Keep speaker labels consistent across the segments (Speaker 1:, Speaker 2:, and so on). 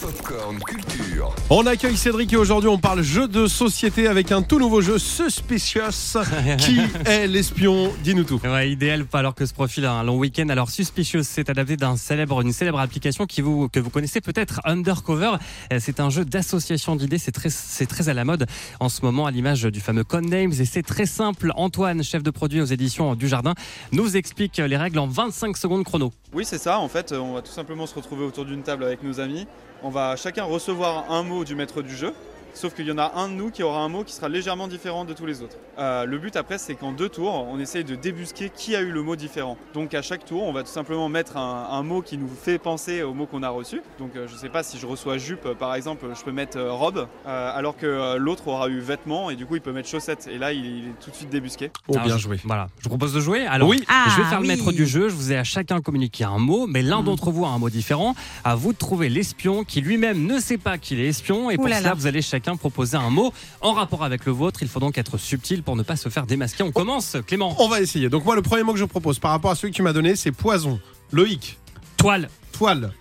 Speaker 1: Popcorn Culture.
Speaker 2: On accueille Cédric et aujourd'hui on parle jeu de société avec un tout nouveau jeu Suspicious. Qui est l'espion Dis-nous tout.
Speaker 3: Ouais, idéal pas alors que ce profil a un long week-end. Alors Suspicious s'est adapté d'un célèbre, une célèbre application qui vous, que vous connaissez peut-être, Undercover. Euh, C'est un jeu d'association d'idées, c'est très, c'est très à la mode en ce moment à l'image du fameux Codenames et c'est très simple. Antoine, chef de produit aux éditions du Jardin, nous explique les règles en 25 secondes chrono.
Speaker 4: Oui, c'est ça. En fait, on va tout simplement se retrouver autour d'une table avec nos amis. On va chacun recevoir un mot du maître du jeu. Sauf qu'il y en a un de nous qui aura un mot qui sera légèrement différent de tous les autres. Euh, le but après, c'est qu'en deux tours, on essaye de débusquer qui a eu le mot différent. Donc à chaque tour, on va tout simplement mettre un, un mot qui nous fait penser au mot qu'on a reçu. Donc euh, je sais pas si je reçois jupe, euh, par exemple, je peux mettre euh, robe, euh, alors que euh, l'autre aura eu vêtement et du coup il peut mettre chaussettes. Et là, il, il est tout de suite débusqué.
Speaker 2: Oh,
Speaker 3: Alors,
Speaker 2: bien
Speaker 3: je-
Speaker 2: joué.
Speaker 3: Voilà, je vous propose de jouer. Alors,
Speaker 2: Oui.
Speaker 5: Ah,
Speaker 3: je vais faire le
Speaker 5: oui.
Speaker 3: maître du jeu. Je vous ai à chacun communiqué un mot, mais
Speaker 2: Mm.
Speaker 3: l'un d'entre vous a un mot différent. À vous de trouver l'espion qui lui-même ne sait pas qu'il est espion. Et pour
Speaker 5: Ouh là
Speaker 3: cela,
Speaker 5: là.
Speaker 3: vous allez chacun proposer un mot en rapport avec le vôtre. Il faut donc être subtil pour ne pas se faire démasquer.
Speaker 2: Oh.
Speaker 3: On commence, Clément.
Speaker 2: On va essayer. Donc moi le premier mot que je propose par rapport à celui que tu m'as donné c'est poison. Loïc,
Speaker 3: Toile.
Speaker 2: toile,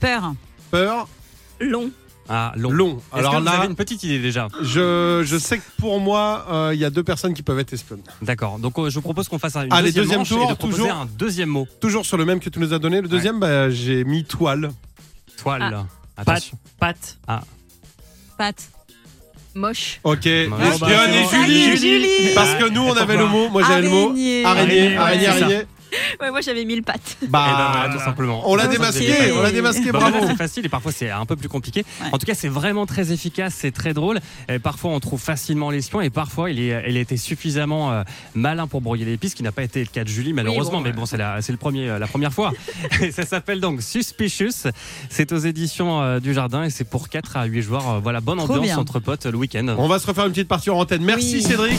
Speaker 5: Peur.
Speaker 2: peur,
Speaker 5: Long.
Speaker 3: Ah, long.
Speaker 2: long.
Speaker 3: Est-ce que
Speaker 2: Alors
Speaker 3: vous avez
Speaker 2: là,
Speaker 3: une petite idée déjà.
Speaker 2: je, je sais que pour moi euh, il y a deux personnes qui peuvent être espionnes.
Speaker 3: D'accord. Donc, euh, je vous propose qu'on fasse un une
Speaker 2: Allez,
Speaker 3: deuxième,
Speaker 2: deuxième
Speaker 3: manche
Speaker 2: tour,
Speaker 3: et de proposer
Speaker 2: toujours.
Speaker 3: un deuxième mot.
Speaker 2: Toujours sur le même que tu nous as donné. Le deuxième, bah, j'ai mis toile.
Speaker 5: Ah.
Speaker 3: Toile. Attention.
Speaker 6: Pâte.
Speaker 5: Pâte.
Speaker 6: Moche.
Speaker 2: Ok,
Speaker 3: bah,
Speaker 2: l'espionne
Speaker 3: c'est
Speaker 2: et
Speaker 3: bon.
Speaker 2: Julie.
Speaker 5: Salut, Julie
Speaker 2: Parce que nous on avait le mot, moi j'avais le mot.
Speaker 5: Araignée.
Speaker 2: Araignée,
Speaker 3: Araignée,
Speaker 2: araignée,
Speaker 3: ouais.
Speaker 2: araignée.
Speaker 6: Ouais, moi j'avais mis le pâte.
Speaker 3: Eh ben,
Speaker 2: Bah,
Speaker 3: voilà, tout simplement.
Speaker 2: on l'a
Speaker 3: Ça, c'est
Speaker 2: démasqué, on l'a démasqué,
Speaker 3: Bah, voilà,
Speaker 2: bravo.
Speaker 3: c'est facile et parfois c'est un peu plus compliqué.
Speaker 5: Ouais.
Speaker 3: En tout cas, c'est vraiment très efficace, c'est très drôle. Et parfois, on trouve facilement l'espion et parfois, il, est, il a été suffisamment euh, malin pour brouiller les pistes, ce qui n'a pas été le cas de Julie, malheureusement.
Speaker 6: bon,
Speaker 3: mais bon, c'est la, c'est le premier, euh, la première fois. Et ça s'appelle donc Suspicious. C'est aux éditions euh, du Jardin et c'est pour 4 à 8 joueurs. Euh, Voilà, bonne
Speaker 5: Trop
Speaker 3: ambiance
Speaker 5: bien.
Speaker 3: entre potes euh, le week-end.
Speaker 2: On va se refaire une petite partie en antenne. Merci
Speaker 5: Oui.
Speaker 2: Cédric.